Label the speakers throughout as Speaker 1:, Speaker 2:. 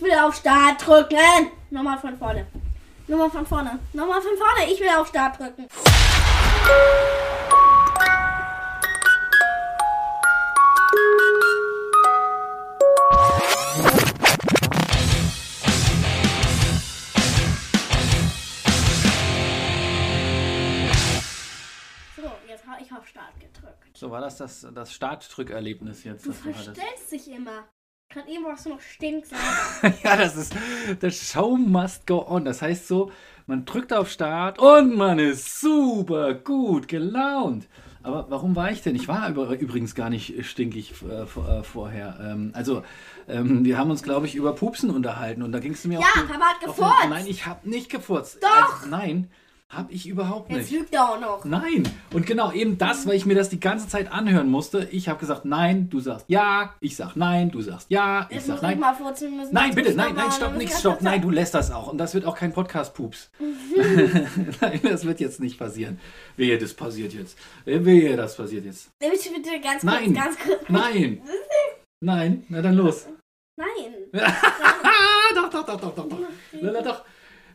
Speaker 1: will auf Start drücken. Nochmal von vorne. Nochmal von vorne. Nochmal von vorne. Ich will auf Start drücken. So, jetzt habe ich auf Start gedrückt.
Speaker 2: So war das das, das Startdrückerlebnis jetzt.
Speaker 1: Du
Speaker 2: das du hattest.
Speaker 1: verstellst dich immer. Gerade eben warst du noch stinksauer.
Speaker 2: ja, das ist. The Show must go on. Das heißt so, man drückt auf Start und man ist super gut gelaunt. Aber warum war ich denn? Ich war über, übrigens gar nicht stinkig äh, vor- äh, vorher. Ähm, also, ähm, wir haben uns, glaube ich, über Pupsen unterhalten und da ging es mir
Speaker 1: ja,
Speaker 2: auch.
Speaker 1: Papa hat gefurzt.
Speaker 2: Nein, ich habe nicht gefurzt.
Speaker 1: Doch!
Speaker 2: Also, nein, habe ich überhaupt
Speaker 1: jetzt
Speaker 2: nicht.
Speaker 1: lügt er auch noch.
Speaker 2: Nein. Und genau eben das, weil ich mir das die ganze Zeit anhören musste. Ich habe gesagt, nein, du sagst ja, ich sag nein, du sagst ja, ich
Speaker 1: Jetzt
Speaker 2: sag
Speaker 1: muss
Speaker 2: nein.
Speaker 1: ich mal furzen müssen.
Speaker 2: Nein,
Speaker 1: Jetzt
Speaker 2: bitte,
Speaker 1: muss ich
Speaker 2: nein, nein,
Speaker 1: mal-
Speaker 2: stopp, nichts,
Speaker 1: Ja,
Speaker 2: stopp. Nein, du lässt das auch. Und das wird auch kein Podcast-Pups.
Speaker 1: Mhm.
Speaker 2: nein, das wird jetzt nicht passieren. Wehe, das passiert jetzt. Wehe, das passiert jetzt.
Speaker 1: Bitte, bitte, ganz kurz,
Speaker 2: Nein.
Speaker 1: ganz kurz.
Speaker 2: Nein. Nein, na dann los.
Speaker 1: Nein.
Speaker 2: Ah, doch, doch, doch, doch, doch, doch. Na, na, doch.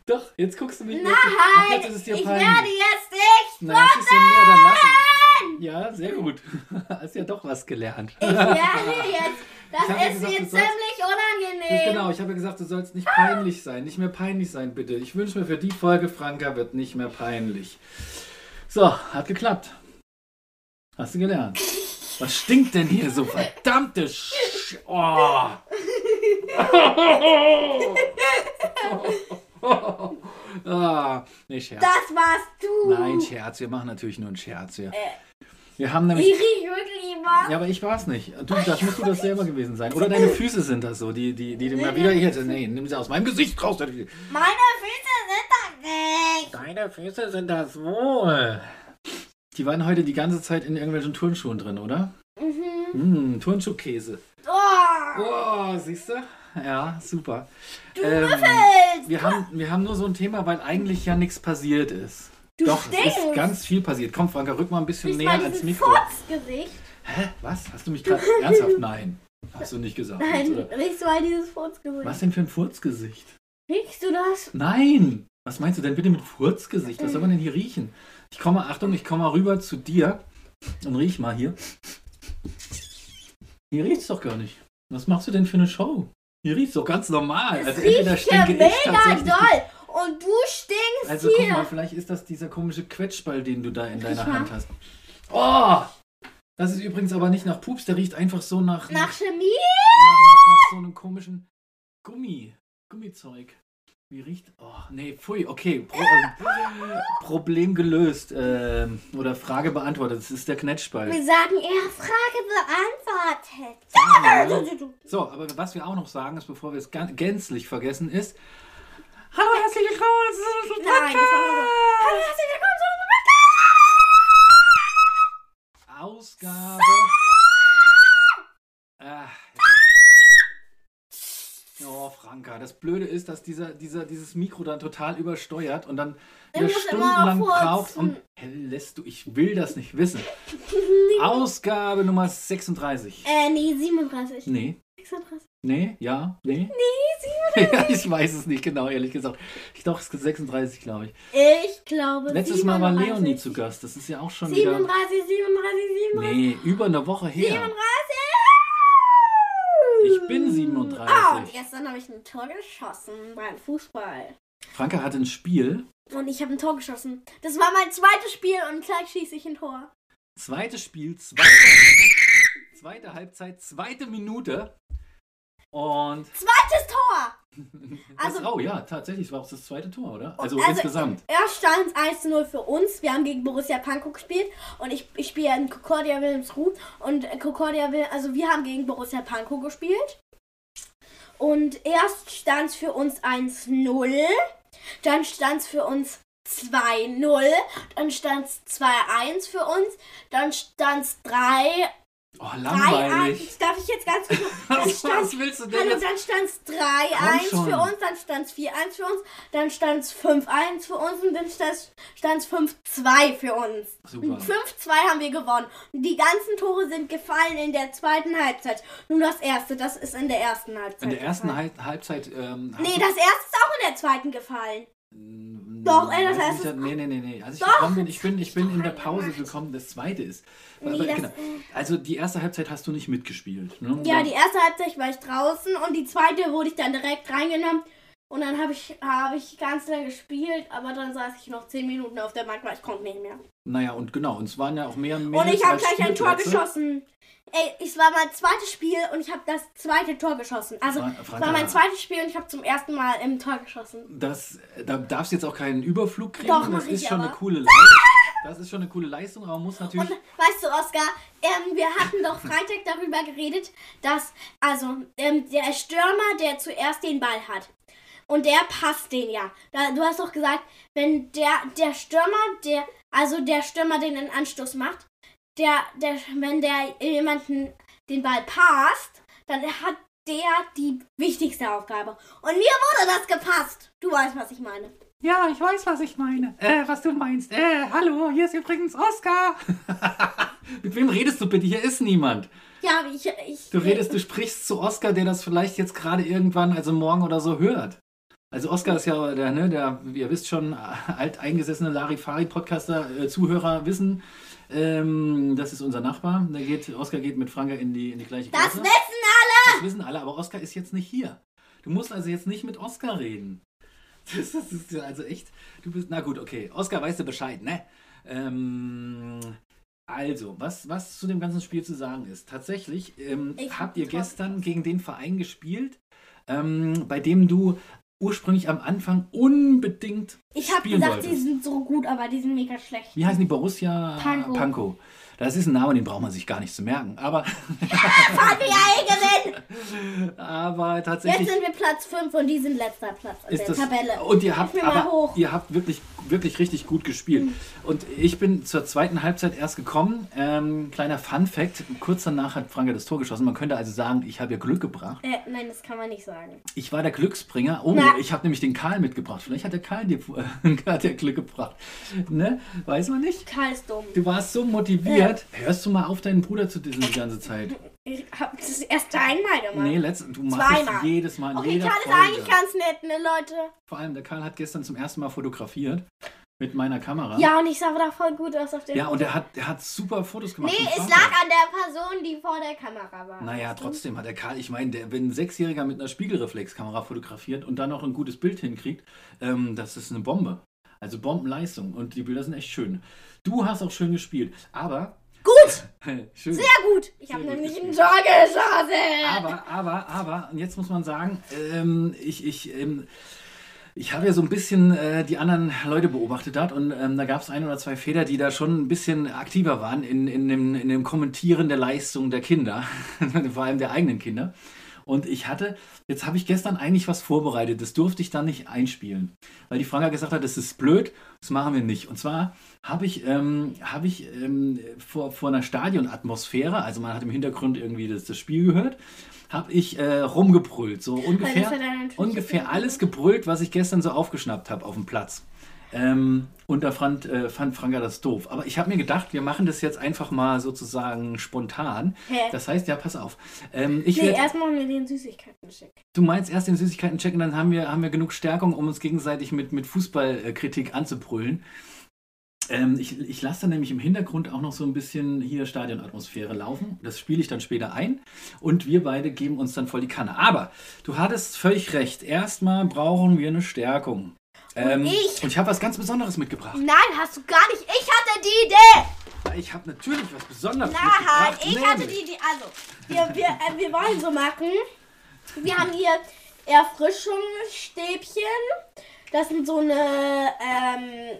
Speaker 2: Doch, jetzt guckst du mich
Speaker 1: Nein,
Speaker 2: Ach, jetzt ist es dir
Speaker 1: halt. ich
Speaker 2: peinlich.
Speaker 1: werde jetzt nicht.
Speaker 2: Na, das ist ja mehr, dann lassen. Ja, sehr gut. Hast ja doch was gelernt.
Speaker 1: Ich werde jetzt. Das
Speaker 2: Ich hab ja
Speaker 1: ist
Speaker 2: gesagt,
Speaker 1: mir
Speaker 2: du sollst-
Speaker 1: ziemlich
Speaker 2: Ich,
Speaker 1: unangenehm.
Speaker 2: genau, ich habe ja gesagt, du sollst nicht peinlich sein. Nicht mehr peinlich sein, bitte. Ich wünsche mir für die Folge, Franka wird nicht mehr peinlich. So, hat geklappt. Hast du gelernt. Was stinkt denn hier so? Verdammte Sch... Oh. Ah, nee, Scherz.
Speaker 1: Das warst du.
Speaker 2: Nein, Scherz. Wir machen natürlich nur einen Scherz hier. Wir haben nämlich
Speaker 1: Ich riech wirklich immer.
Speaker 2: ja, aber ich war's nicht. Du, das musst du das selber gewesen sein. Oder deine Füße sind das so, die, die, die, die mal wieder hier sind. Nee, nimm sie aus meinem Gesicht raus.
Speaker 1: Meine Füße sind da weg.
Speaker 2: Deine Füße sind das wohl. Die waren heute die ganze Zeit in irgendwelchen Turnschuhen drin, oder?
Speaker 1: Mhm.
Speaker 2: Hm, Turnschuhkäse.
Speaker 1: Oh,
Speaker 2: Oh, siehst du? Ja, super.
Speaker 1: du
Speaker 2: Ähm,
Speaker 1: müffelst.
Speaker 2: Wir haben, wir haben nur so ein Thema, weil eigentlich ja nichts passiert ist.
Speaker 1: Du
Speaker 2: Doch, es ist
Speaker 1: stinkst.
Speaker 2: ganz viel passiert. Komm, Franka, rück mal ein bisschen
Speaker 1: Riech
Speaker 2: näher
Speaker 1: mal
Speaker 2: ans
Speaker 1: diesen
Speaker 2: Mikro.
Speaker 1: Furzgesicht.
Speaker 2: Hä? Was? Hast du mich gerade ernsthaft? Nein. Hast du nicht gesagt. jetzt,
Speaker 1: Nein,
Speaker 2: oder?
Speaker 1: riechst du mal dieses Furzgesicht.
Speaker 2: Was denn für ein Furzgesicht?
Speaker 1: Riechst du das?
Speaker 2: Nein! Was meinst du denn bitte mit Furzgesicht? Was soll man denn hier riechen? Ich komme, Achtung, ich komme mal rüber zu dir und riech mal hier. Hier riecht's doch gar nicht. Was machst du denn für eine Show? Hier riecht's doch ganz normal.
Speaker 1: Es
Speaker 2: also entweder
Speaker 1: riecht ja
Speaker 2: stinke ich
Speaker 1: mega
Speaker 2: tatsächlich.
Speaker 1: doll. Und du stinkst
Speaker 2: Also guck
Speaker 1: hier.
Speaker 2: mal, vielleicht ist das dieser komische Quetschball, den du da in deiner
Speaker 1: mal.
Speaker 2: Hand hast. Oh! Das ist übrigens aber nicht nach Pups, der riecht einfach so nach,
Speaker 1: Nach Chemie?
Speaker 2: nach, nach so einem komischen Gummi, Gummizeug. Wie riecht? Oh, nee, pfui, okay. Pro, ähm, Problem gelöst ähm, oder Frage beantwortet. Es ist der Knetschball.
Speaker 1: Wir sagen eher Frage beantwortet.
Speaker 2: So, aber was wir auch noch sagen ist, bevor wir es gan- gänzlich vergessen, ist. Hallo, herzlich willkommen zu unserem
Speaker 1: Nein, das war
Speaker 2: Podcast!
Speaker 1: Herzlich willkommen zu unserem
Speaker 2: Ausgabe. Ah. Oh, Franka, das Blöde ist, dass dieser, dieser, dieses Mikro dann total übersteuert und dann
Speaker 1: Er
Speaker 2: wieder
Speaker 1: muss immer
Speaker 2: stundenlang
Speaker 1: furzen.
Speaker 2: braucht. Und Hä, lässt du, ich will das nicht wissen. Ausgabe Nummer 36.
Speaker 1: Äh, nee, 37.
Speaker 2: Nee,
Speaker 1: 36.
Speaker 2: nee, ja, nee. Ja, ich weiß es nicht genau, ehrlich gesagt. Ich dachte, es ist 36, glaube ich.
Speaker 1: Ich glaube,
Speaker 2: Letztes Mal war
Speaker 1: 37.
Speaker 2: Leonie zu Gast. Das ist ja auch schon wieder.
Speaker 1: 37, 37, 37.
Speaker 2: Nee, über eine Woche her.
Speaker 1: 37.
Speaker 2: Ich bin 37.
Speaker 1: Ah, und gestern habe ich ein Tor geschossen beim Fußball.
Speaker 2: Franka hatte ein Spiel.
Speaker 1: Und ich habe ein Tor geschossen. Das war mein zweites Spiel und gleich schieße ich ein Tor.
Speaker 2: Zweites Spiel, zweite, zweite Halbzeit, zweite Minute. Und.
Speaker 1: Zweites Tor!
Speaker 2: Also,
Speaker 1: Also-
Speaker 2: das, oh ja, tatsächlich, es war auch das zweite Tor, oder?
Speaker 1: Und
Speaker 2: Also,
Speaker 1: also-
Speaker 2: insgesamt.
Speaker 1: Erst stand es 1-0 für uns. Wir haben gegen Borussia Pankow gespielt und ich, ich spiele in Concordia Wilhelmsruhe und äh, Concordia will, also wir haben gegen Borussia Pankow gespielt. Und erst stand es für uns 1-0, dann stand es für uns 2-0, dann stand es 2-1 für uns, dann stand es 3
Speaker 2: Oh,
Speaker 1: 3-1.
Speaker 2: langweilig.
Speaker 1: Das Darf ich jetzt ganz kurz? Dann
Speaker 2: Was,
Speaker 1: stand-
Speaker 2: was willst du denn
Speaker 1: Hallo,
Speaker 2: jetzt?
Speaker 1: dann stand es
Speaker 2: Komm
Speaker 1: 3-1
Speaker 2: schon.
Speaker 1: für uns, dann stand es 4-1 für uns, dann stand es 5-1 für uns und dann stand es 5-2 für uns.
Speaker 2: Super.
Speaker 1: 5-2 haben wir gewonnen. Die ganzen Tore sind gefallen in der zweiten Halbzeit. Nur das erste, das ist in der ersten Halbzeit.
Speaker 2: In der ersten
Speaker 1: gefallen.
Speaker 2: Halb- Halbzeit. Ähm, hast
Speaker 1: Nee,
Speaker 2: du-
Speaker 1: das erste ist auch in der zweiten gefallen.
Speaker 2: Mm,
Speaker 1: Doch, ey, das
Speaker 2: weiß
Speaker 1: heißt,
Speaker 2: nicht,
Speaker 1: es-
Speaker 2: Nee, nee, nee, nee. Als ich
Speaker 1: Doch,
Speaker 2: gekommen bin, ich bin, ich bin in der
Speaker 1: doch,
Speaker 2: Pause
Speaker 1: Mann.
Speaker 2: gekommen, das zweite ist.
Speaker 1: Nee,
Speaker 2: Aber,
Speaker 1: das- äh,
Speaker 2: genau. Also die erste Halbzeit hast du nicht mitgespielt. Ne?
Speaker 1: Ja, die erste Halbzeit war ich draußen und die zweite wurde ich dann direkt reingenommen. Und dann habe ich, hab ich ganz lange gespielt, aber dann saß ich noch 10 Minuten auf der Bank, weil ich konnte nicht mehr.
Speaker 2: Naja, und genau, und es waren ja auch mehr
Speaker 1: Und
Speaker 2: Mädels
Speaker 1: ich habe
Speaker 2: als
Speaker 1: gleich ein Tor
Speaker 2: Spielplätze.
Speaker 1: geschossen. Ey, es war mein zweites Spiel und ich habe das zweite Tor geschossen. Also,
Speaker 2: Fra-
Speaker 1: es
Speaker 2: Franka.
Speaker 1: war mein zweites Spiel und ich habe zum ersten Mal im Tor geschossen.
Speaker 2: Das, da darfst du jetzt auch keinen Überflug kriegen.
Speaker 1: Doch, mach
Speaker 2: das ist
Speaker 1: ich
Speaker 2: schon
Speaker 1: aber.
Speaker 2: eine coole Leistung. Das ist schon eine coole Leistung, aber man muss natürlich.
Speaker 1: Und weißt du, Oskar, ähm, wir hatten doch Freitag darüber geredet, dass, also, ähm, der Stürmer, der zuerst den Ball hat. Und der passt den ja. Da, du hast doch gesagt, wenn der, der Stürmer, der, also der Stürmer, den einen Anstoß macht, der, der, wenn der jemanden den Ball passt, dann hat der die wichtigste Aufgabe. Und mir wurde das gepasst. Du weißt, was ich meine.
Speaker 2: Ja, ich weiß, was ich meine. Äh, was du meinst. Äh, hallo, hier ist übrigens Oscar. Mit wem redest du bitte? Hier ist niemand.
Speaker 1: Ja, ich, ich.
Speaker 2: Du redest, du sprichst zu Oscar, der das vielleicht jetzt gerade irgendwann, also morgen oder so, hört. Also Oscar ist ja der, ne, der, ihr wisst schon, alteingesessene Larifari-Podcaster, äh, Zuhörer wissen, ähm, das ist unser Nachbar. Der geht, Oscar geht mit Franka in die, in die gleiche
Speaker 1: Das
Speaker 2: Klasse.
Speaker 1: wissen alle!
Speaker 2: Das wissen alle, aber Oscar ist jetzt nicht hier. Du musst also jetzt nicht mit Oscar reden. Das, das ist ja also echt. Du bist. Na gut, okay. Oscar weißt du Bescheid, ne? Ähm, also, was, was zu dem ganzen Spiel zu sagen ist. Tatsächlich ähm,
Speaker 1: Ich hab
Speaker 2: habt ihr
Speaker 1: toll
Speaker 2: gestern gegen den Verein gespielt, ähm, bei dem du ursprünglich am Anfang unbedingt
Speaker 1: Ich habe
Speaker 2: spielen
Speaker 1: gesagt, die
Speaker 2: wolltest.
Speaker 1: sind so gut, aber die sind mega schlecht.
Speaker 2: Wie heißen die Borussia
Speaker 1: Pankow.
Speaker 2: Pankow. Das ist ein Name, den braucht man sich gar nicht zu merken. Aber,
Speaker 1: Fahren wir ja eh gewinnen!
Speaker 2: aber tatsächlich.
Speaker 1: Jetzt sind wir Platz 5 und die sind letzter Platz in
Speaker 2: ist
Speaker 1: der
Speaker 2: das,
Speaker 1: Tabelle.
Speaker 2: Und
Speaker 1: Hilf
Speaker 2: ihr habt,
Speaker 1: mir mal
Speaker 2: aber,
Speaker 1: hoch. Mhm.
Speaker 2: ihr habt wirklich, wirklich richtig gut gespielt. Und ich bin zur zweiten Halbzeit erst gekommen. Ähm, kleiner Fun Fact: Kurz danach hat Franke das Tor geschossen. Man könnte also sagen, ich habe ihr Glück gebracht.
Speaker 1: Äh, nein, das kann man nicht sagen.
Speaker 2: Ich war der Glücksbringer. Oh,
Speaker 1: Na.
Speaker 2: ich habe nämlich den Karl mitgebracht. Vielleicht hat der Karl dir hat der Glück gebracht. Ne? Weiß man nicht.
Speaker 1: Karl ist dumm.
Speaker 2: Du warst so motiviert. Hörst du mal auf, deinen Bruder zu dissen die ganze Zeit?
Speaker 1: Ich hab das erst einmal gemacht.
Speaker 2: Nee, letztens. Du machst
Speaker 1: Zweimal.
Speaker 2: es jedes Mal. in
Speaker 1: okay,
Speaker 2: jeder
Speaker 1: Karl ist
Speaker 2: Folge.
Speaker 1: eigentlich ganz nett, ne, Leute?
Speaker 2: Vor allem, der Karl hat gestern zum ersten Mal fotografiert. Mit meiner Kamera.
Speaker 1: Ja, und ich sah da voll gut aus auf dem.
Speaker 2: Ja, und er hat, er hat super Fotos gemacht.
Speaker 1: nee,
Speaker 2: vom
Speaker 1: es
Speaker 2: Vater.
Speaker 1: lag an der Person, die vor der Kamera war.
Speaker 2: Naja, trotzdem hat der Karl, ich meine, der, wenn ein Sechsjähriger mit einer Spiegelreflexkamera fotografiert und dann noch ein gutes Bild hinkriegt, ähm, das ist eine Bombe. Also Bombenleistung. Und die Bilder sind echt schön. Du hast auch schön gespielt, aber.
Speaker 1: Gut,
Speaker 2: schön.
Speaker 1: sehr gut. Ich habe
Speaker 2: Sehr gut Ah,
Speaker 1: nämlich einen
Speaker 2: gespielt.
Speaker 1: Tor geschossen.
Speaker 2: aber, aber, aber, und jetzt muss man sagen, ähm, ich, ich, ähm, ich habe ja so ein bisschen äh, die anderen Leute beobachtet dort und ähm, da gab es ein oder zwei Feder, die da schon ein bisschen aktiver waren in, in, dem, in dem Kommentieren der Leistung der Kinder, vor allem der eigenen Kinder. Und ich hatte, jetzt habe ich gestern eigentlich was vorbereitet, das durfte ich dann nicht einspielen, weil die Franka gesagt hat, das ist blöd, das machen wir nicht. Und zwar habe ich, ähm, habe ich ähm, vor, vor einer Stadionatmosphäre, also man hat im Hintergrund irgendwie das, das Spiel gehört, habe ich äh, rumgebrüllt, so ungefähr,
Speaker 1: das hat er natürlich
Speaker 2: ungefähr
Speaker 1: nicht
Speaker 2: alles gebrüllt, was ich gestern so aufgeschnappt habe auf dem Platz. Ähm, und da fand, äh, fand Franka das doof. Aber ich habe mir gedacht, wir machen das jetzt einfach mal sozusagen spontan.
Speaker 1: Hä?
Speaker 2: Das heißt, ja, pass auf. Ähm, ich
Speaker 1: nee,
Speaker 2: werd-
Speaker 1: erst machen wir den Süßigkeiten-Check.
Speaker 2: Du meinst erst den Süßigkeiten checken, dann haben wir, haben wir genug Stärkung, um uns gegenseitig mit, mit Fußballkritik anzubrüllen. Ähm, ich ich lasse dann nämlich im Hintergrund auch noch so ein bisschen hier Stadionatmosphäre laufen. Das spiele ich dann später ein und wir beide geben uns dann voll die Kanne. Aber du hattest völlig recht. Erstmal brauchen wir eine Stärkung. Ähm,
Speaker 1: ich-
Speaker 2: und ich habe was ganz Besonderes mitgebracht.
Speaker 1: Nein, hast du gar nicht. Ich hatte die Idee.
Speaker 2: Ich habe natürlich was Besonderes
Speaker 1: Nein,
Speaker 2: mitgebracht.
Speaker 1: ich hatte
Speaker 2: nämlich-
Speaker 1: die, die also, wir, wir, äh, wir wollen so machen. Wir haben hier Erfrischungsstäbchen. Das sind so eine ähm,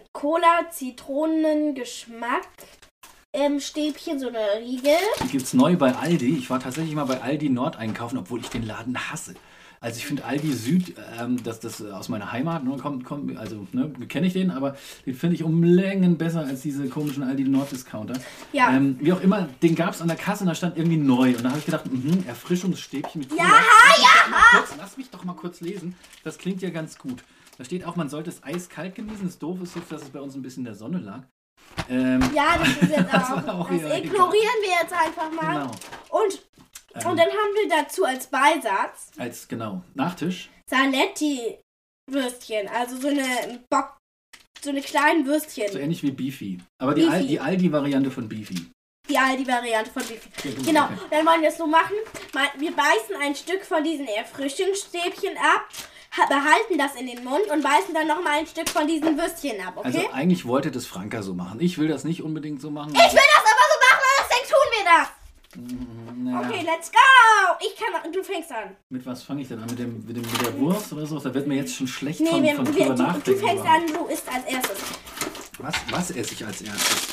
Speaker 1: Cola-Zitronen-Geschmack. Ähm, Stäbchen, so eine Riegel.
Speaker 2: Die gibt's neu bei Aldi. Ich war tatsächlich mal bei Aldi Nord einkaufen, obwohl ich den Laden hasse. Also ich finde Aldi Süd, ähm, das, das aus meiner Heimat, ne, kommt, kommt, also ne, kenne ich den, aber den finde ich um Längen besser als diese komischen Aldi Nord Discounter.
Speaker 1: Ja.
Speaker 2: Ähm, wie auch immer, den gab es an der Kasse und da stand irgendwie neu. Und da habe ich gedacht, mhm, Erfrischungsstäbchen mit Cola.
Speaker 1: Ja,
Speaker 2: lass, ja. Mich mal kurz, lass mich doch mal kurz lesen. Das klingt ja ganz gut. Da steht auch, man sollte es eiskalt genießen. Das Doofe ist, jetzt, dass es bei uns ein bisschen in der Sonne lag. Ähm,
Speaker 1: Ja, das ist jetzt
Speaker 2: Das
Speaker 1: auch.
Speaker 2: war auch
Speaker 1: das
Speaker 2: wieder egal.
Speaker 1: ignorieren wir jetzt einfach mal.
Speaker 2: Genau.
Speaker 1: Und,
Speaker 2: Ähm.
Speaker 1: und dann haben wir dazu als Beisatz
Speaker 2: Als genau. Nachtisch.
Speaker 1: Saletti-Würstchen. Also so eine Bock, so eine kleinen Würstchen.
Speaker 2: So ähnlich wie Beefy. Aber die, Al
Speaker 1: Beefy.
Speaker 2: die Aldi-Variante von Beefy.
Speaker 1: Die Aldi-Variante von Beefy.
Speaker 2: Ja, genau,
Speaker 1: Genau,
Speaker 2: okay.
Speaker 1: dann wollen wir es so machen. mal- Wir beißen ein Stück von diesen Erfrischungsstäbchen ab, ha- behalten das in den Mund und beißen dann nochmal ein Stück von diesen Würstchen ab, okay?
Speaker 2: Also eigentlich wollte das Franka so machen. Ich will das nicht unbedingt so machen.
Speaker 1: ich will das aber so machen, anders denkst, tun wir das.
Speaker 2: Naja,
Speaker 1: Okay, let's go. Ich kann, du fängst an.
Speaker 2: Mit was fange ich denn an? Mit, dem, mit, dem, mit der Wurst oder so? Da wird mir jetzt schon schlecht
Speaker 1: Nee,
Speaker 2: von,
Speaker 1: wir,
Speaker 2: von
Speaker 1: wir,
Speaker 2: drüber
Speaker 1: du, du
Speaker 2: nachdenken.
Speaker 1: fängst
Speaker 2: überhaupt.
Speaker 1: an, du isst als erstes.
Speaker 2: Was, was esse ich als erstes?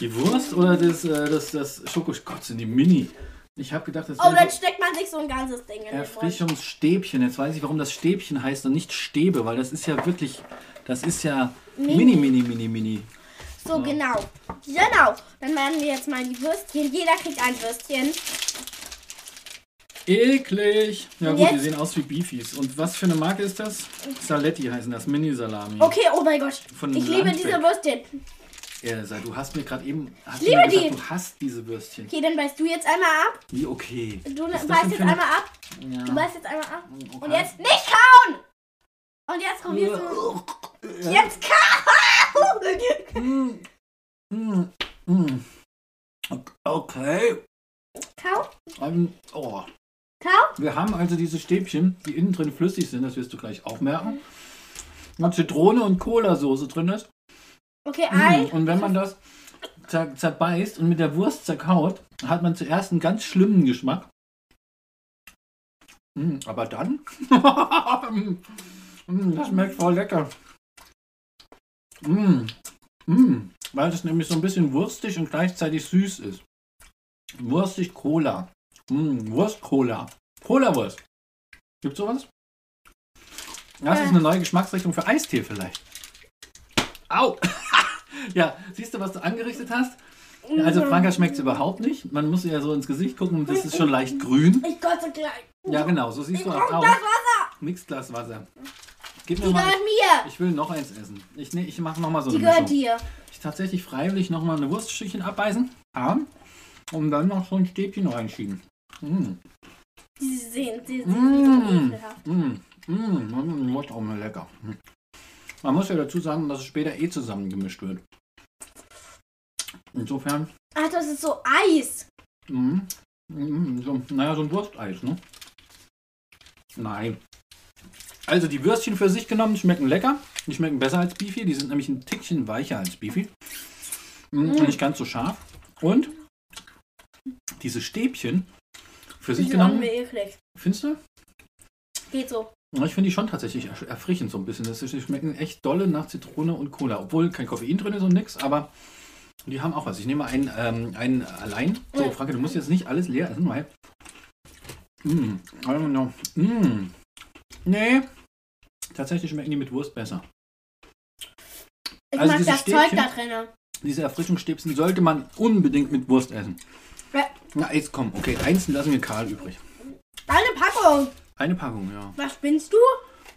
Speaker 2: Die Wurst oder das, äh, das, das Schokos... Gott, sind die Mini. Ich habe gedacht, das
Speaker 1: Oh, dann
Speaker 2: wäre
Speaker 1: steckt man sich so ein ganzes Ding in den Mund.
Speaker 2: Erfrischungsstäbchen. Jetzt weiß ich, warum das Stäbchen heißt und nicht Stäbe, weil das ist ja wirklich... Das ist ja
Speaker 1: Mini.
Speaker 2: mini, mini, mini, mini.
Speaker 1: So, genau. Genau. Dann werden wir jetzt mal die Würstchen. Jeder kriegt ein
Speaker 2: Hm.
Speaker 1: Würstchen.
Speaker 2: Eklig. Ja gut, die
Speaker 1: Jetzt-
Speaker 2: sehen aus wie Beefies. Und was für eine Marke ist das? Saletti heißen das, Mini-Salami.
Speaker 1: Okay, oh mein Gott.
Speaker 2: Von
Speaker 1: ich liebe
Speaker 2: Landweg.
Speaker 1: diese Würstchen.
Speaker 2: Äh, sei, du hast mir gerade eben hast
Speaker 1: Ich
Speaker 2: du mir
Speaker 1: liebe
Speaker 2: gesagt,
Speaker 1: die.
Speaker 2: du hast diese Würstchen.
Speaker 1: Okay, dann beißt du jetzt einmal ab.
Speaker 2: Wie okay.
Speaker 1: Du
Speaker 2: Was ist das
Speaker 1: beißt
Speaker 2: denn
Speaker 1: jetzt
Speaker 2: für eine-
Speaker 1: einmal ab.
Speaker 2: Ja.
Speaker 1: Du beißt jetzt einmal ab.
Speaker 2: Okay.
Speaker 1: Und jetzt nicht kauen! Und jetzt probierst du. Jetzt kauen!
Speaker 2: Mm. Mm. Mm. Ok- Okay.
Speaker 1: Kau,
Speaker 2: Ähm, oh.
Speaker 1: kau.
Speaker 2: Wir haben also diese Stäbchen, die innen drin flüssig sind, das wirst du gleich auch merken. Und Zitrone und Cola-Soße drin ist.
Speaker 1: Okay,
Speaker 2: Mm.
Speaker 1: ein.
Speaker 2: Und wenn man das zer zerbeißt und mit der Wurst zerkaut, hat man zuerst einen ganz schlimmen Geschmack. Mm, aber dann. mm, das schmeckt voll lecker. Mm, mm, weil es nämlich so ein bisschen wurstig und gleichzeitig süß ist. Wurstig Cola. Mm, Wurst Cola. Cola-Wurst. Gibt sowas? Das ist eine neue Geschmacksrichtung für Eistee vielleicht. Au! Ja, siehst du, was du angerichtet hast? Also Franka schmeckt es überhaupt nicht. Man muss ihr ja so ins Gesicht gucken und das ist schon leicht grün.
Speaker 1: Ich kotze gleich.
Speaker 2: Ja, genau, so
Speaker 1: Ich
Speaker 2: siehst du
Speaker 1: brauch
Speaker 2: auch
Speaker 1: das
Speaker 2: aus.
Speaker 1: Wasser.
Speaker 2: Nix Glas Wasser. Gib mir
Speaker 1: Die
Speaker 2: mal.
Speaker 1: gehört mir.
Speaker 2: Ich will noch eins essen. Ich, ne, ich mache nochmal so
Speaker 1: Die
Speaker 2: eine
Speaker 1: gehört
Speaker 2: Mischung.
Speaker 1: dir.
Speaker 2: Ich tatsächlich freiwillig nochmal eine Wurststückchen abbeißen. Arm. Und dann noch so ein Stäbchen reinschieben. Mm,
Speaker 1: Sie sehen, sie
Speaker 2: Mm.
Speaker 1: sind ekelhaft.
Speaker 2: mm, mm. Das ist Wurst auch mal lecker. Hm. Man muss ja dazu sagen, dass es später eh zusammengemischt wird. Insofern
Speaker 1: Ach, das ist so Eis.
Speaker 2: Mhm. Mhm. So, naja, so ein Wursteis, ne? Nein. Also die Würstchen für sich genommen schmecken lecker. Die schmecken besser als Beefy. Die sind nämlich ein Tickchen weicher als Beefy. Mhm. Und nicht ganz so scharf. Und diese Stäbchen für
Speaker 1: Die
Speaker 2: sich
Speaker 1: sind auch
Speaker 2: genommen,
Speaker 1: mir eklig.
Speaker 2: findest du?
Speaker 1: Geht so.
Speaker 2: Ja, Ich finde die schon tatsächlich ersch- erfrischend so ein bisschen. Das ist, die schmecken echt dolle nach Zitrone und Cola. Obwohl kein Koffein drin ist und nix, aber die haben auch was. Ich nehme einen, ähm, einen allein. So,
Speaker 1: Ja.
Speaker 2: Franke, du musst jetzt nicht alles leer essen, weil. Mm, I don't know. Mm. Nee. Tatsächlich schmecken die mit Wurst besser.
Speaker 1: Ich
Speaker 2: Also
Speaker 1: mag
Speaker 2: diese
Speaker 1: das Zeug
Speaker 2: Stäbchen-
Speaker 1: da drinnen.
Speaker 2: Diese Erfrischungsstäbchen sollte man unbedingt mit Wurst essen.
Speaker 1: Ja.
Speaker 2: Na, jetzt komm. Okay, eins lassen wir kahl übrig.
Speaker 1: Deine Packung.
Speaker 2: Eine Packung, ja.
Speaker 1: Was spinnst du?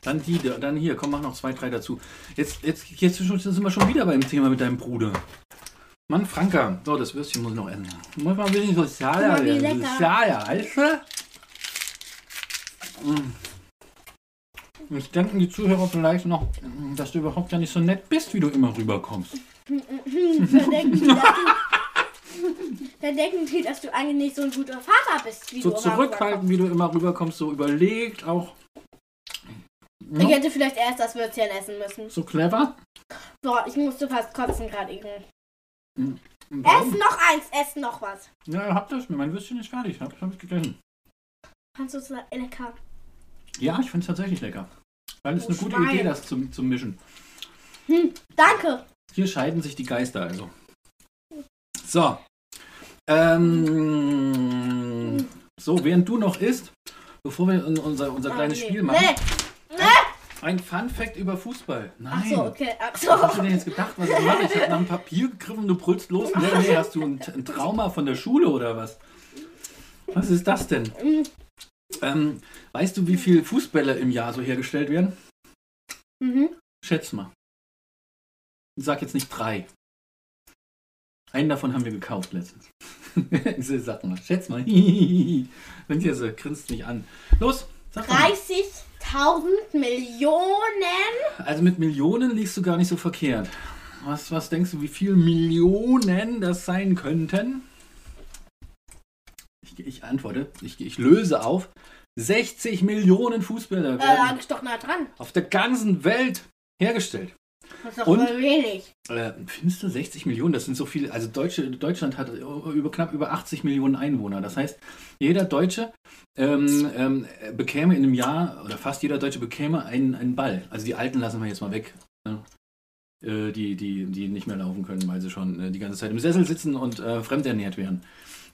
Speaker 2: Dann die, da- dann hier, komm, mach noch zwei, drei dazu. Jetzt, jetzt, jetzt schon- sind wir schon wieder beim Thema mit deinem Bruder. Mann, Franka. So, das Würstchen muss ich noch essen. Muss mal ein bisschen sozialer
Speaker 1: Guck mal, wie
Speaker 2: werden.
Speaker 1: lecker.
Speaker 2: Sozialer, weißt du? Mm. Jetzt denken die Zuhörer vielleicht noch, mm, dass du überhaupt gar nicht so nett bist, wie du immer rüberkommst.
Speaker 1: Dann Hm, denken die, dass du, dann denken die, dass du eigentlich nicht so ein guter Vater bist. Wie
Speaker 2: So
Speaker 1: du immer
Speaker 2: zurückhaltend, wie du immer rüberkommst, so überlegt auch.
Speaker 1: rüberkommst. Ich hätte vielleicht erst das Würstchen essen müssen.
Speaker 2: So clever.
Speaker 1: Boah, ich musste fast kotzen gerade eben.
Speaker 2: Ja,
Speaker 1: Ess noch eins, ess noch was.
Speaker 2: Ja, hab das. Mein Würstchen ist fertig. Hab, hab ich gegessen.
Speaker 1: Kannst du es lecker?
Speaker 2: Ja, ich finde es tatsächlich lecker. Weil es
Speaker 1: Oh,
Speaker 2: eine gute
Speaker 1: Schwein.
Speaker 2: Idee, das zu, zu mischen.
Speaker 1: Hm, danke.
Speaker 2: Hier scheiden sich die Geister also. So. Ähm, so, während du noch isst, Bevor wir un- unser, unser kleines
Speaker 1: nee.
Speaker 2: Spiel machen,
Speaker 1: Nee,
Speaker 2: ein Fun Fact über Fußball. Nein.
Speaker 1: ach so, okay, ach so.
Speaker 2: Was hast du denn jetzt gedacht, was ich mache? Ich habe nach dem Papier gegriffen, du brüllst los. Nee, nee, hast du ein, ein Trauma von der Schule oder was? Was ist das denn?
Speaker 1: Mhm.
Speaker 2: Ähm, weißt du, wie viele Fußbälle im Jahr so hergestellt werden?
Speaker 1: Mhm.
Speaker 2: Schätz mal. Sag jetzt nicht drei. Einen davon haben wir gekauft letztens. sag mal, schätz mal. Wenn dir so grinst mich an. Los, sag mal.
Speaker 1: 30.000 Millionen.
Speaker 2: Also mit Millionen liegst du gar nicht so verkehrt. Was, was denkst du, wie viele Millionen das sein könnten? Ich, ich antworte, ich, ich löse auf. 60 Millionen Fußbälle
Speaker 1: Da
Speaker 2: werden
Speaker 1: lag ich Äh, doch nah dran.
Speaker 2: auf der ganzen Welt hergestellt.
Speaker 1: Das ist doch
Speaker 2: Und?
Speaker 1: voll wenig.
Speaker 2: Äh, findest du 60 Millionen? Das sind so viele. Also Deutsche, Deutschland hat über knapp über 80 Millionen Einwohner. Das heißt, jeder Deutsche ähm, ähm, bekäme in einem Jahr oder fast jeder Deutsche bekäme einen, einen Ball. Also die Alten lassen wir jetzt mal weg. Ne? Äh, die, die, die nicht mehr laufen können, weil sie schon äh, die ganze Zeit im Sessel sitzen und äh, fremdernährt werden.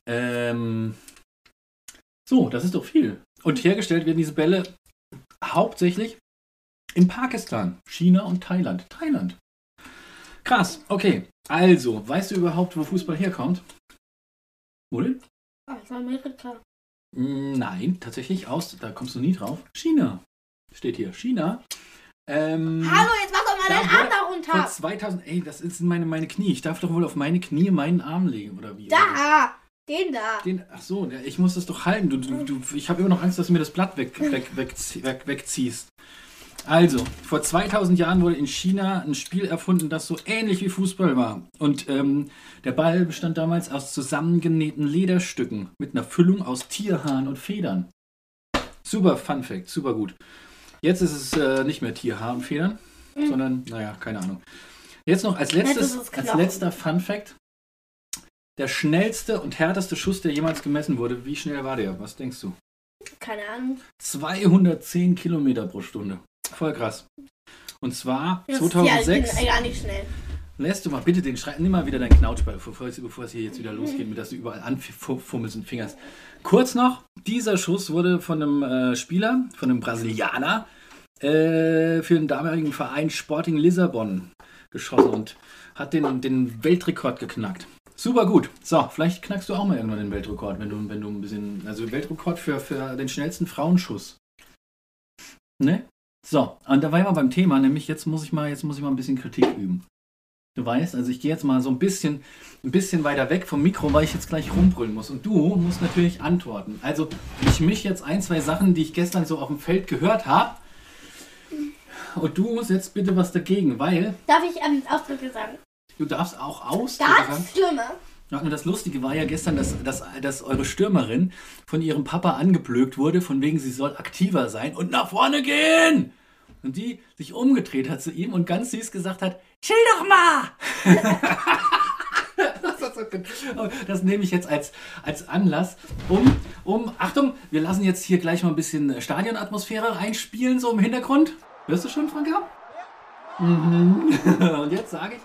Speaker 2: Ähm, so, das ist doch viel. Und hergestellt werden diese Bälle hauptsächlich in Pakistan, China und Thailand. Thailand. Krass, okay. Also, weißt du überhaupt, wo Fußball herkommt? Wo denn?
Speaker 1: Aus Amerika.
Speaker 2: Mm, Nein, tatsächlich aus, da kommst du nie drauf. China. Steht hier. China. Ähm,
Speaker 1: Hallo, jetzt mach doch mal
Speaker 2: Da
Speaker 1: deinen
Speaker 2: wurde-
Speaker 1: Arm da
Speaker 2: Vor
Speaker 1: runter.
Speaker 2: 2000, ey, das sind meine, meine Knie. Ich darf doch wohl auf meine Knie meinen Arm legen, oder wie? Also,
Speaker 1: Da, den da.
Speaker 2: Den, ach so, ja, ich muss das doch halten. Du, du, du, ich habe immer noch Angst, dass du mir das Blatt weg, weg, weg, weg, wegziehst. Also, vor 2000 Jahren wurde in China ein Spiel erfunden, das so ähnlich wie Fußball war. Und ähm, der Ball bestand damals aus zusammengenähten Lederstücken mit einer Füllung aus Tierhaaren und Federn. Super Fun Fact, super gut. Jetzt ist es äh, nicht mehr Tierhaar und Federn, sondern, naja, keine Ahnung. Jetzt noch als
Speaker 1: das
Speaker 2: letztes,
Speaker 1: ist
Speaker 2: als
Speaker 1: Knochen.
Speaker 2: letzter Fun Fact. Der schnellste und härteste Schuss, der jemals gemessen wurde. Wie schnell war der? Was denkst du?
Speaker 1: Keine Ahnung.
Speaker 2: 210 Kilometer pro Stunde. Voll krass. Und zwar
Speaker 1: Das ist
Speaker 2: 2006.
Speaker 1: Ja, gar nicht schnell.
Speaker 2: Lässt du mal bitte den Schrei. Nimm mal wieder deinen Knautschball, bevor es, bevor es hier jetzt wieder losgeht, mit dass du überall anfummelst und fingerst. Kurz noch: Dieser Schuss wurde von einem äh, Spieler, von einem Brasilianer, äh, für den damaligen Verein Sporting Lissabon geschossen und hat den, den Weltrekord geknackt. Super gut. So, vielleicht knackst du auch mal irgendwann den Weltrekord, wenn du, wenn du ein bisschen. Also Weltrekord für, für den schnellsten Frauenschuss. Ne? So, und da war ich mal beim Thema, nämlich jetzt muss ich mal, jetzt muss ich mal ein bisschen Kritik üben. Du weißt, also ich gehe jetzt mal so ein bisschen, ein bisschen weiter weg vom Mikro, weil ich jetzt gleich rumbrüllen muss. Und du musst natürlich antworten. Also ich mich jetzt ein, zwei Sachen, die ich gestern so auf dem Feld gehört habe. Und du musst jetzt bitte was dagegen, weil
Speaker 1: Darf ich ähm, Ausdrücke sagen?
Speaker 2: du darfst auch aus.
Speaker 1: Ganz schlimme.
Speaker 2: Ja, und das Lustige war ja gestern, dass, dass, dass eure Stürmerin von ihrem Papa angeblökt wurde, von wegen sie soll aktiver sein und nach vorne gehen. Und die sich umgedreht hat zu ihm und ganz süß gesagt hat, chill doch mal. das, hat so gut. Oh, das nehme ich jetzt als, als Anlass, um, um, Achtung, wir lassen jetzt hier gleich mal ein bisschen äh, Stadionatmosphäre reinspielen, so im Hintergrund. Hörst du schon, Franka? Mhm. Und jetzt sage ich,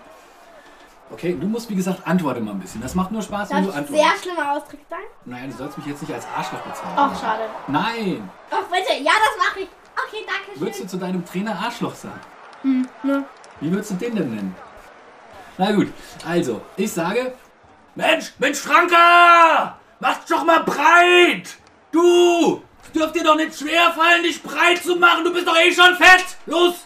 Speaker 2: okay, du musst wie gesagt antworte mal ein bisschen. Das macht nur Spaß, wenn
Speaker 1: Darf
Speaker 2: du
Speaker 1: ich
Speaker 2: antwortest.
Speaker 1: sehr schlimme Ausdrücke sagen?
Speaker 2: Nein, du sollst mich jetzt nicht als Arschloch bezeichnen.
Speaker 1: Ach, schade.
Speaker 2: Nein,
Speaker 1: Ach, bitte. Ja, das mache ich. Okay, danke schön.
Speaker 2: würdest du zu deinem Trainer Arschloch sagen?
Speaker 1: Ne.
Speaker 2: Wie würdest du den denn nennen? Na gut, also, ich sage, Mensch, Mensch, Franka, mach's doch mal breit! Du, es dürft dir doch nicht schwerfallen, dich breit zu machen, du bist doch eh schon fett! Los,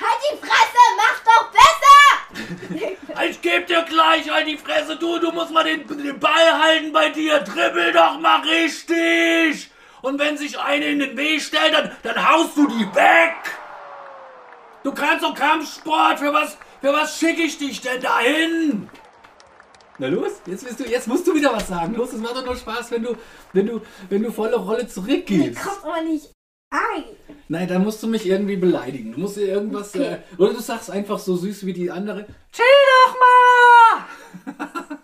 Speaker 1: Halt die Fresse! Mach doch besser!
Speaker 2: ich geb dir gleich all die Fresse, du, du musst mal den, den Ball halten bei dir, dribbel doch mal richtig! Und wenn sich eine in den Weg stellt, dann, dann haust du die weg! Du kannst doch Kampfsport, für was, für was schicke ich dich denn dahin? Na los, jetzt, bist du, jetzt musst du wieder was sagen. Los, es macht doch nur Spaß, wenn du, wenn du, wenn du volle Rolle
Speaker 1: Mir
Speaker 2: zurückgehst.
Speaker 1: kommt aber nicht ein.
Speaker 2: Nein, dann musst du mich irgendwie beleidigen. Du musst dir irgendwas.
Speaker 1: Okay.
Speaker 2: Äh, oder du sagst einfach so süß wie die andere: Chill doch mal!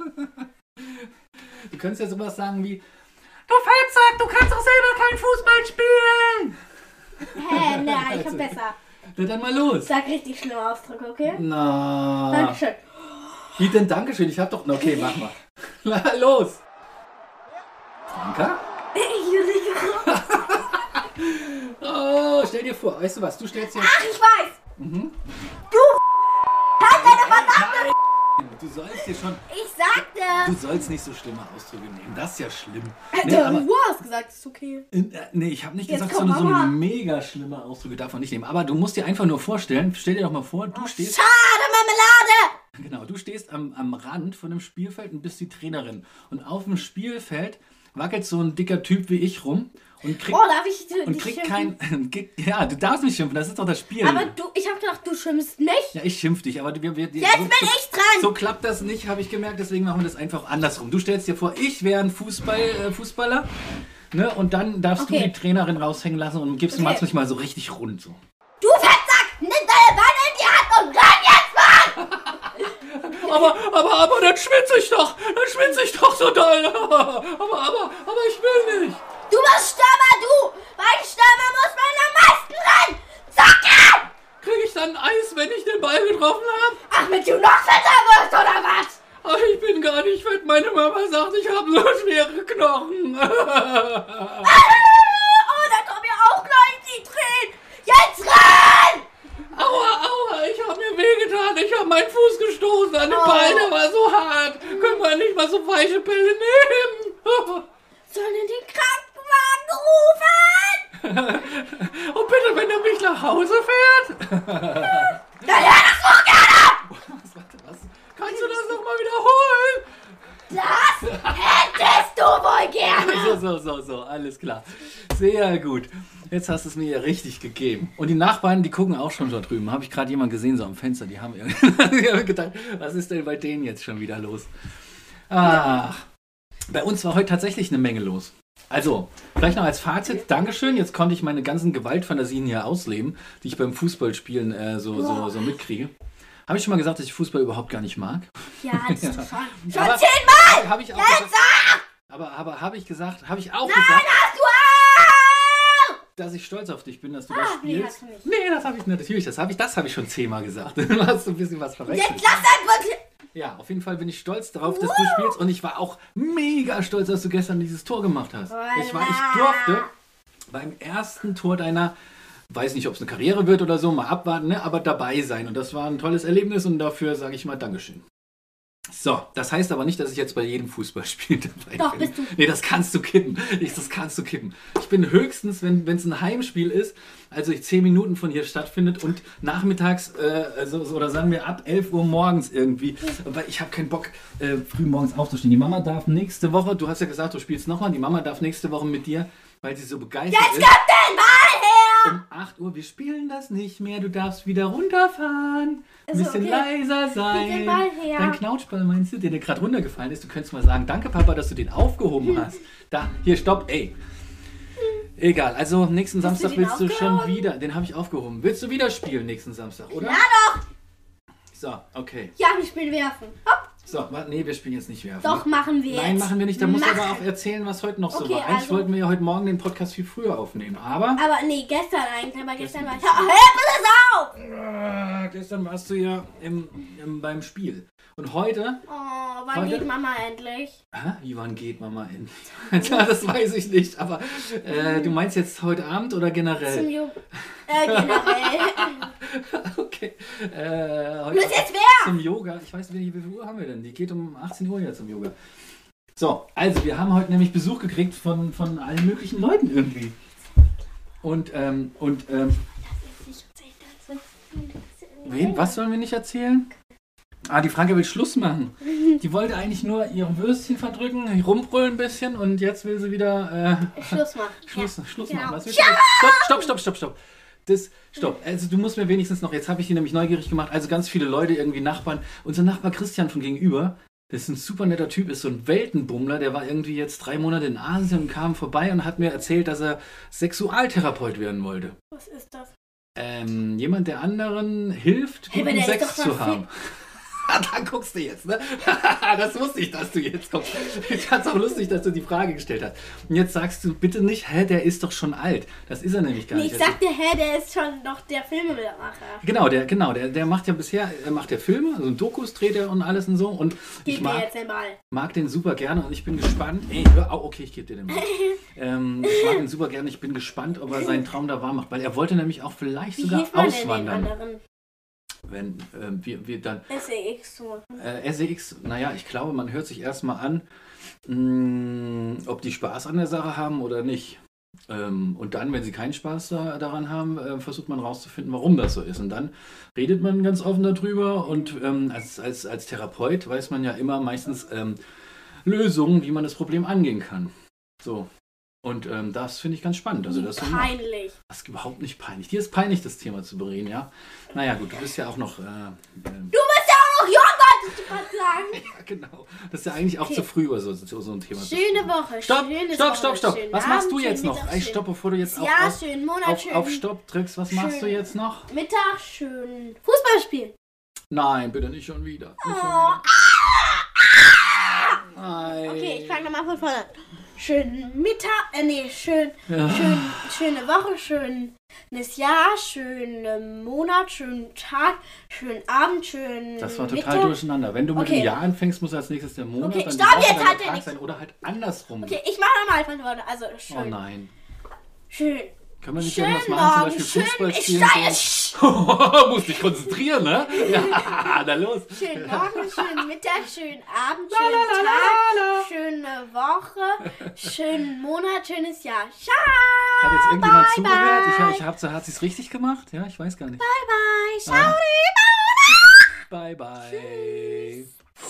Speaker 2: du könntest ja sowas sagen wie: Du Fettsack, du kannst doch selber keinen Fußball spielen!
Speaker 1: Hä, na, ich hab besser.
Speaker 2: Na dann mal los!
Speaker 1: Sag richtig schlimme Ausdrücke, okay?
Speaker 2: Na.
Speaker 1: Dankeschön.
Speaker 2: Wie denn Dankeschön? Ich hab doch. Na, Okay, mach mal. Na, los! Danke?
Speaker 1: Ich will nicht
Speaker 2: Oh, stell dir vor, weißt du was, du stellst dir...
Speaker 1: Ach, ich weiß!
Speaker 2: Mhm.
Speaker 1: Halt
Speaker 2: Du sollst dir schon...
Speaker 1: Ich
Speaker 2: Du
Speaker 1: sagte!
Speaker 2: sollst nicht so schlimme Ausdrücke nehmen. Das ist ja schlimm. Nee,
Speaker 1: Alter,
Speaker 2: aber,
Speaker 1: du hast gesagt, ist okay.
Speaker 2: in, äh, nee ich habe nicht
Speaker 1: Jetzt
Speaker 2: gesagt, so,
Speaker 1: kommt
Speaker 2: so
Speaker 1: Mama.
Speaker 2: mega schlimme Ausdrücke darf man nicht nehmen. Aber du musst dir einfach nur vorstellen, stell dir doch mal vor,
Speaker 1: Oh,
Speaker 2: du stehst...
Speaker 1: Schade, Marmelade!
Speaker 2: Genau, du stehst am, am Rand von einem Spielfeld und bist die Trainerin. Und auf dem Spielfeld wackelt so ein dicker Typ wie ich rum und kriegt,
Speaker 1: Oh, darf ich dich
Speaker 2: und kriegt
Speaker 1: schimpfen?
Speaker 2: kein. Kriegt, ja, du darfst mich schimpfen, das ist doch das Spiel.
Speaker 1: Aber du, ich hab gedacht, du schimpfst nicht.
Speaker 2: ja, ich schimpf dich, aber wir, wir,
Speaker 1: Jetzt bin ich dran!
Speaker 2: So klappt das nicht, habe ich gemerkt, deswegen machen wir das einfach andersrum. Du stellst dir vor, ich wäre ein Fußball, äh, Fußballer. Ne, und dann darfst du
Speaker 1: Okay.
Speaker 2: die Trainerin raushängen lassen und gibst
Speaker 1: Okay.
Speaker 2: machst mich mal so richtig rund. So.
Speaker 1: Du Fettsack! Nimm deine Beine in die Hand und renn jetzt mal!
Speaker 2: Aber, aber, aber, dann schwitze ich doch! Dann schwitze ich doch so doll! Aber, aber, aber ich will nicht!
Speaker 1: Du bist Stürmer, du! Mein Stürmer muss man am meisten rennen! Zack!
Speaker 2: Kriege ich dann Eis, wenn ich den Ball getroffen habe?
Speaker 1: Ach, mit du noch fetter wirst, oder was?
Speaker 2: Aber ich bin gar nicht fett. Meine Mama sagt, ich habe so schwere Knochen.
Speaker 1: Oh, da kommen ja auch gleich die Tränen! Jetzt renn!
Speaker 2: aua, aua, ich habe mir wehgetan. Ich habe meinen Fuß gestoßen an den
Speaker 1: Oh.
Speaker 2: Ball, der war so hart. Können wir nicht mal so weiche Pille nehmen?
Speaker 1: Sollen wir den Krankenwagen rufen?
Speaker 2: Und bitte, wenn er mich nach Hause fährt.
Speaker 1: Dann hör das doch gerne!
Speaker 2: Was, warte, was? Kannst du das nochmal wiederholen?
Speaker 1: Das hättest du wohl gerne!
Speaker 2: So, so, so, so, alles klar. Sehr gut. Jetzt hast du es mir ja richtig gegeben. Und die Nachbarn, die gucken auch schon da drüben. Habe ich gerade jemanden gesehen, so am Fenster. Die haben, irgendwie- die haben gedacht, was ist denn bei denen jetzt schon wieder los? Ach, bei uns war heute tatsächlich eine Menge los. Also, vielleicht noch als Fazit, Dankeschön. Jetzt konnte ich meine ganzen Gewaltfantasien hier ausleben, die ich beim Fußballspielen äh, so, so, so mitkriege. Habe ich schon mal gesagt, dass ich Fußball überhaupt gar nicht mag?
Speaker 1: Ja, das ist schon. Schon
Speaker 2: Aber-
Speaker 1: zehnmal!
Speaker 2: Habe ich auch
Speaker 1: Jetzt
Speaker 2: gesagt.
Speaker 1: sag!
Speaker 2: Aber, aber habe ich gesagt, habe ich auch gesagt.
Speaker 1: Hast du auch!
Speaker 2: dass ich stolz auf dich bin, dass du das
Speaker 1: Ah, nee,
Speaker 2: spielst.
Speaker 1: hast du nicht.
Speaker 2: Nee, das habe ich nicht. Natürlich, das habe ich, das habe ich schon zehnmal gesagt. Du hast ein bisschen was verwechselt.
Speaker 1: Jetzt lass einfach...
Speaker 2: Ja, auf jeden Fall bin ich stolz darauf, dass du spielst und ich war auch mega stolz, dass du gestern dieses Tor gemacht hast. Ich war, ich durfte beim ersten Tor deiner weiß nicht, ob es eine Karriere wird oder so, mal abwarten, ne? aber dabei sein. Und das war ein tolles Erlebnis und dafür sage ich mal Dankeschön. So, das heißt aber nicht, dass ich jetzt bei jedem Fußballspiel dabei
Speaker 1: Doch,
Speaker 2: bin.
Speaker 1: bist du.
Speaker 2: Nee, das kannst du kippen. Ich, das kannst du kippen. Ich bin höchstens, wenn es ein Heimspiel ist, also ich zehn Minuten von hier stattfindet und nachmittags, äh, also, so, oder sagen wir ab 11 Uhr morgens irgendwie, weil ich habe keinen Bock, äh, früh morgens aufzustehen. Die Mama darf nächste Woche, du hast ja gesagt, du spielst nochmal, die Mama darf nächste Woche mit dir, weil sie so begeistert
Speaker 1: Jetzt gib
Speaker 2: ist.
Speaker 1: den Ball her!
Speaker 2: Um 8 Uhr, wir spielen das nicht mehr, du darfst wieder runterfahren. Ein
Speaker 1: Also,
Speaker 2: bisschen
Speaker 1: okay.
Speaker 2: leiser sein.
Speaker 1: Gib den Ball her.
Speaker 2: Dein Knautschball meinst du, der dir gerade runtergefallen ist? Du könntest mal sagen, danke Papa, dass du den
Speaker 1: Hm.
Speaker 2: aufgehoben hast. Da, hier, stopp, ey. Egal, also nächsten Samstag
Speaker 1: den
Speaker 2: willst du schon
Speaker 1: aufgehoben?
Speaker 2: wieder, den habe ich aufgehoben. Willst du wieder spielen nächsten Samstag, oder?
Speaker 1: Na Ah, doch!
Speaker 2: So, okay.
Speaker 1: Ja, wir spielen werfen. Hopp!
Speaker 2: So, warte, nee, wir spielen jetzt nicht werfen.
Speaker 1: Doch, machen wir jetzt.
Speaker 2: Nein, machen wir nicht. Da musst du
Speaker 1: Machen.
Speaker 2: aber auch erzählen, was heute noch so
Speaker 1: Okay,
Speaker 2: war. Eigentlich
Speaker 1: also-
Speaker 2: wollten wir ja heute Morgen den Podcast viel früher aufnehmen, aber
Speaker 1: Aber nee, gestern eigentlich, aber gestern war ich.
Speaker 2: Gestern.
Speaker 1: Oh, hör bitte auf!
Speaker 2: Ah, gestern warst du ja im, im, beim Spiel. Und heute.
Speaker 1: Oh, wann
Speaker 2: Heute-
Speaker 1: geht Mama endlich?
Speaker 2: Hä? Wie wann geht Mama in? Ja, das weiß ich nicht, aber äh, du meinst jetzt heute Abend oder
Speaker 1: Zum
Speaker 2: generell?
Speaker 1: Ju äh, generell.
Speaker 2: Okay. Äh, heute
Speaker 1: Bis jetzt wer?
Speaker 2: zum Yoga. Ich weiß nicht, wie viel Uhr haben wir denn? Die geht um 18 Uhr ja zum Yoga. So, also wir haben heute nämlich Besuch gekriegt von, von allen möglichen Leuten irgendwie. Und, ähm, und, ähm, Wen? Was sollen wir nicht erzählen? Ah, die Franke will Schluss machen. Die wollte eigentlich nur ihre Würstchen verdrücken, rumbrüllen ein bisschen und jetzt will sie wieder
Speaker 1: Schluss machen.
Speaker 2: äh, Schluss, Schluss
Speaker 1: genau.
Speaker 2: machen. Was willst du denn? stopp, stopp, stopp, stopp, stopp. Das, stopp. Also du musst mir wenigstens noch, jetzt habe ich die nämlich neugierig gemacht, also ganz viele Leute, irgendwie Nachbarn. Unser Nachbar Christian von gegenüber, das ist ein super netter Typ, ist so ein Weltenbummler, der war irgendwie jetzt drei Monate in Asien und kam vorbei und hat mir erzählt, dass er Sexualtherapeut werden wollte.
Speaker 1: Was ist das?
Speaker 2: Ähm, jemand der anderen hilft,
Speaker 1: Hey,
Speaker 2: guten
Speaker 1: aber der ist
Speaker 2: Sex
Speaker 1: doch schon
Speaker 2: zu haben. da guckst du jetzt, ne? das wusste ich, dass du jetzt kommst. Ich fand's auch lustig, dass du die Frage gestellt hast. Und jetzt sagst du bitte nicht, hä, der ist doch schon alt. Das ist er nämlich gar
Speaker 1: Nee,
Speaker 2: nicht.
Speaker 1: ich
Speaker 2: Das
Speaker 1: sagte, hä, der ist schon noch der Filmemacher.
Speaker 2: Genau, der, genau, der, der macht ja bisher, er macht ja Filme, also Dokus dreht er und alles und so. Und ich
Speaker 1: Gib mir
Speaker 2: mag,
Speaker 1: jetzt den Ball.
Speaker 2: mag den super gerne und ich bin gespannt. Ey, hör auf, okay, ich gebe dir den mal. Ähm, ich mag den super gerne, ich bin gespannt, ob er seinen Traum da wahr macht, weil er wollte nämlich auch vielleicht
Speaker 1: Wie
Speaker 2: sogar
Speaker 1: hilft man denn den
Speaker 2: auswandern.
Speaker 1: anderen? E
Speaker 2: Wenn ähm, wir, wir dann
Speaker 1: SEX zu machen.
Speaker 2: äh, SX, naja, ich glaube, man hört sich erstmal an, mh, ob die Spaß an der Sache haben oder nicht. Ähm, und dann, wenn sie keinen Spaß da, daran haben, äh, versucht man rauszufinden, warum das so ist. Und dann redet man ganz offen darüber. Und ähm, als, als, als Therapeut weiß man ja immer meistens ähm, Lösungen, wie man das Problem angehen kann. So. Und ähm, das finde ich ganz spannend. Also
Speaker 1: Wie
Speaker 2: das,
Speaker 1: peinlich.
Speaker 2: das ist überhaupt nicht peinlich. Dir ist peinlich, das Thema zu bereden, ja? Naja, gut, du bist ja auch noch. Äh, ähm,
Speaker 1: Du bist ja auch noch jung, wolltest du gerade sagen.
Speaker 2: ja, genau. Das ist ja eigentlich auch
Speaker 1: Okay.
Speaker 2: zu früh über so, so, so ein Thema. zu
Speaker 1: Schöne Woche.
Speaker 2: Stopp,
Speaker 1: schönes
Speaker 2: stopp,
Speaker 1: Wochenende,
Speaker 2: stopp, stopp.
Speaker 1: schönen
Speaker 2: Was machst du
Speaker 1: Abend,
Speaker 2: jetzt
Speaker 1: schönen
Speaker 2: noch?
Speaker 1: Mittag,
Speaker 2: Ey,
Speaker 1: schönen-
Speaker 2: stopp, bevor du jetzt auf,
Speaker 1: Ja,
Speaker 2: auf,
Speaker 1: schönen Monat,
Speaker 2: auf,
Speaker 1: schönen
Speaker 2: auf Stopp drückst. Was machst du
Speaker 1: schön.
Speaker 2: jetzt noch?
Speaker 1: Mittag, schönen Fußball spielen.
Speaker 2: Nein, bitte nicht schon wieder. Nicht schon
Speaker 1: Oh. ah!
Speaker 2: wieder. Nein.
Speaker 1: Okay, ich fange nochmal von vorne an. Schönen Mittag, äh, nee, schön,
Speaker 2: Ja.
Speaker 1: schön, schöne Woche, schönes Jahr, schönen ähm, Monat, schönen Tag, schönen Abend, schönen
Speaker 2: Das war
Speaker 1: Mittag.
Speaker 2: total durcheinander. Wenn du mit
Speaker 1: Okay.
Speaker 2: dem Jahr anfängst, muss als nächstes der Monat,
Speaker 1: Okay,
Speaker 2: dann die
Speaker 1: stopp,
Speaker 2: Woche,
Speaker 1: jetzt
Speaker 2: dann
Speaker 1: halt
Speaker 2: der
Speaker 1: der
Speaker 2: Tag
Speaker 1: nächste.
Speaker 2: sein oder halt andersrum.
Speaker 1: Okay, ich mache nochmal von vorne. Also, schön,
Speaker 2: Oh nein.
Speaker 1: schön,
Speaker 2: Können wir nicht
Speaker 1: schönen
Speaker 2: irgendwas machen, zum
Speaker 1: Morgen,
Speaker 2: Beispiel
Speaker 1: schönen,
Speaker 2: Fußball
Speaker 1: ich
Speaker 2: spielen?
Speaker 1: steige,
Speaker 2: so?
Speaker 1: sch-
Speaker 2: Muss dich konzentrieren, ne? Ja, na los.
Speaker 1: Schönen Morgen, schönen Mittag, schönen Abend, schönen Tag, schöne Woche, schönen Monat, schönes Jahr. Ciao!
Speaker 2: Hat jetzt irgendjemand
Speaker 1: Bye,
Speaker 2: zugehört?
Speaker 1: bye.
Speaker 2: Ich, ich hab, hat sie es richtig gemacht? Ja, Ah. ich weiß gar nicht.
Speaker 1: Bye bye, ciao!
Speaker 2: Bye, bye.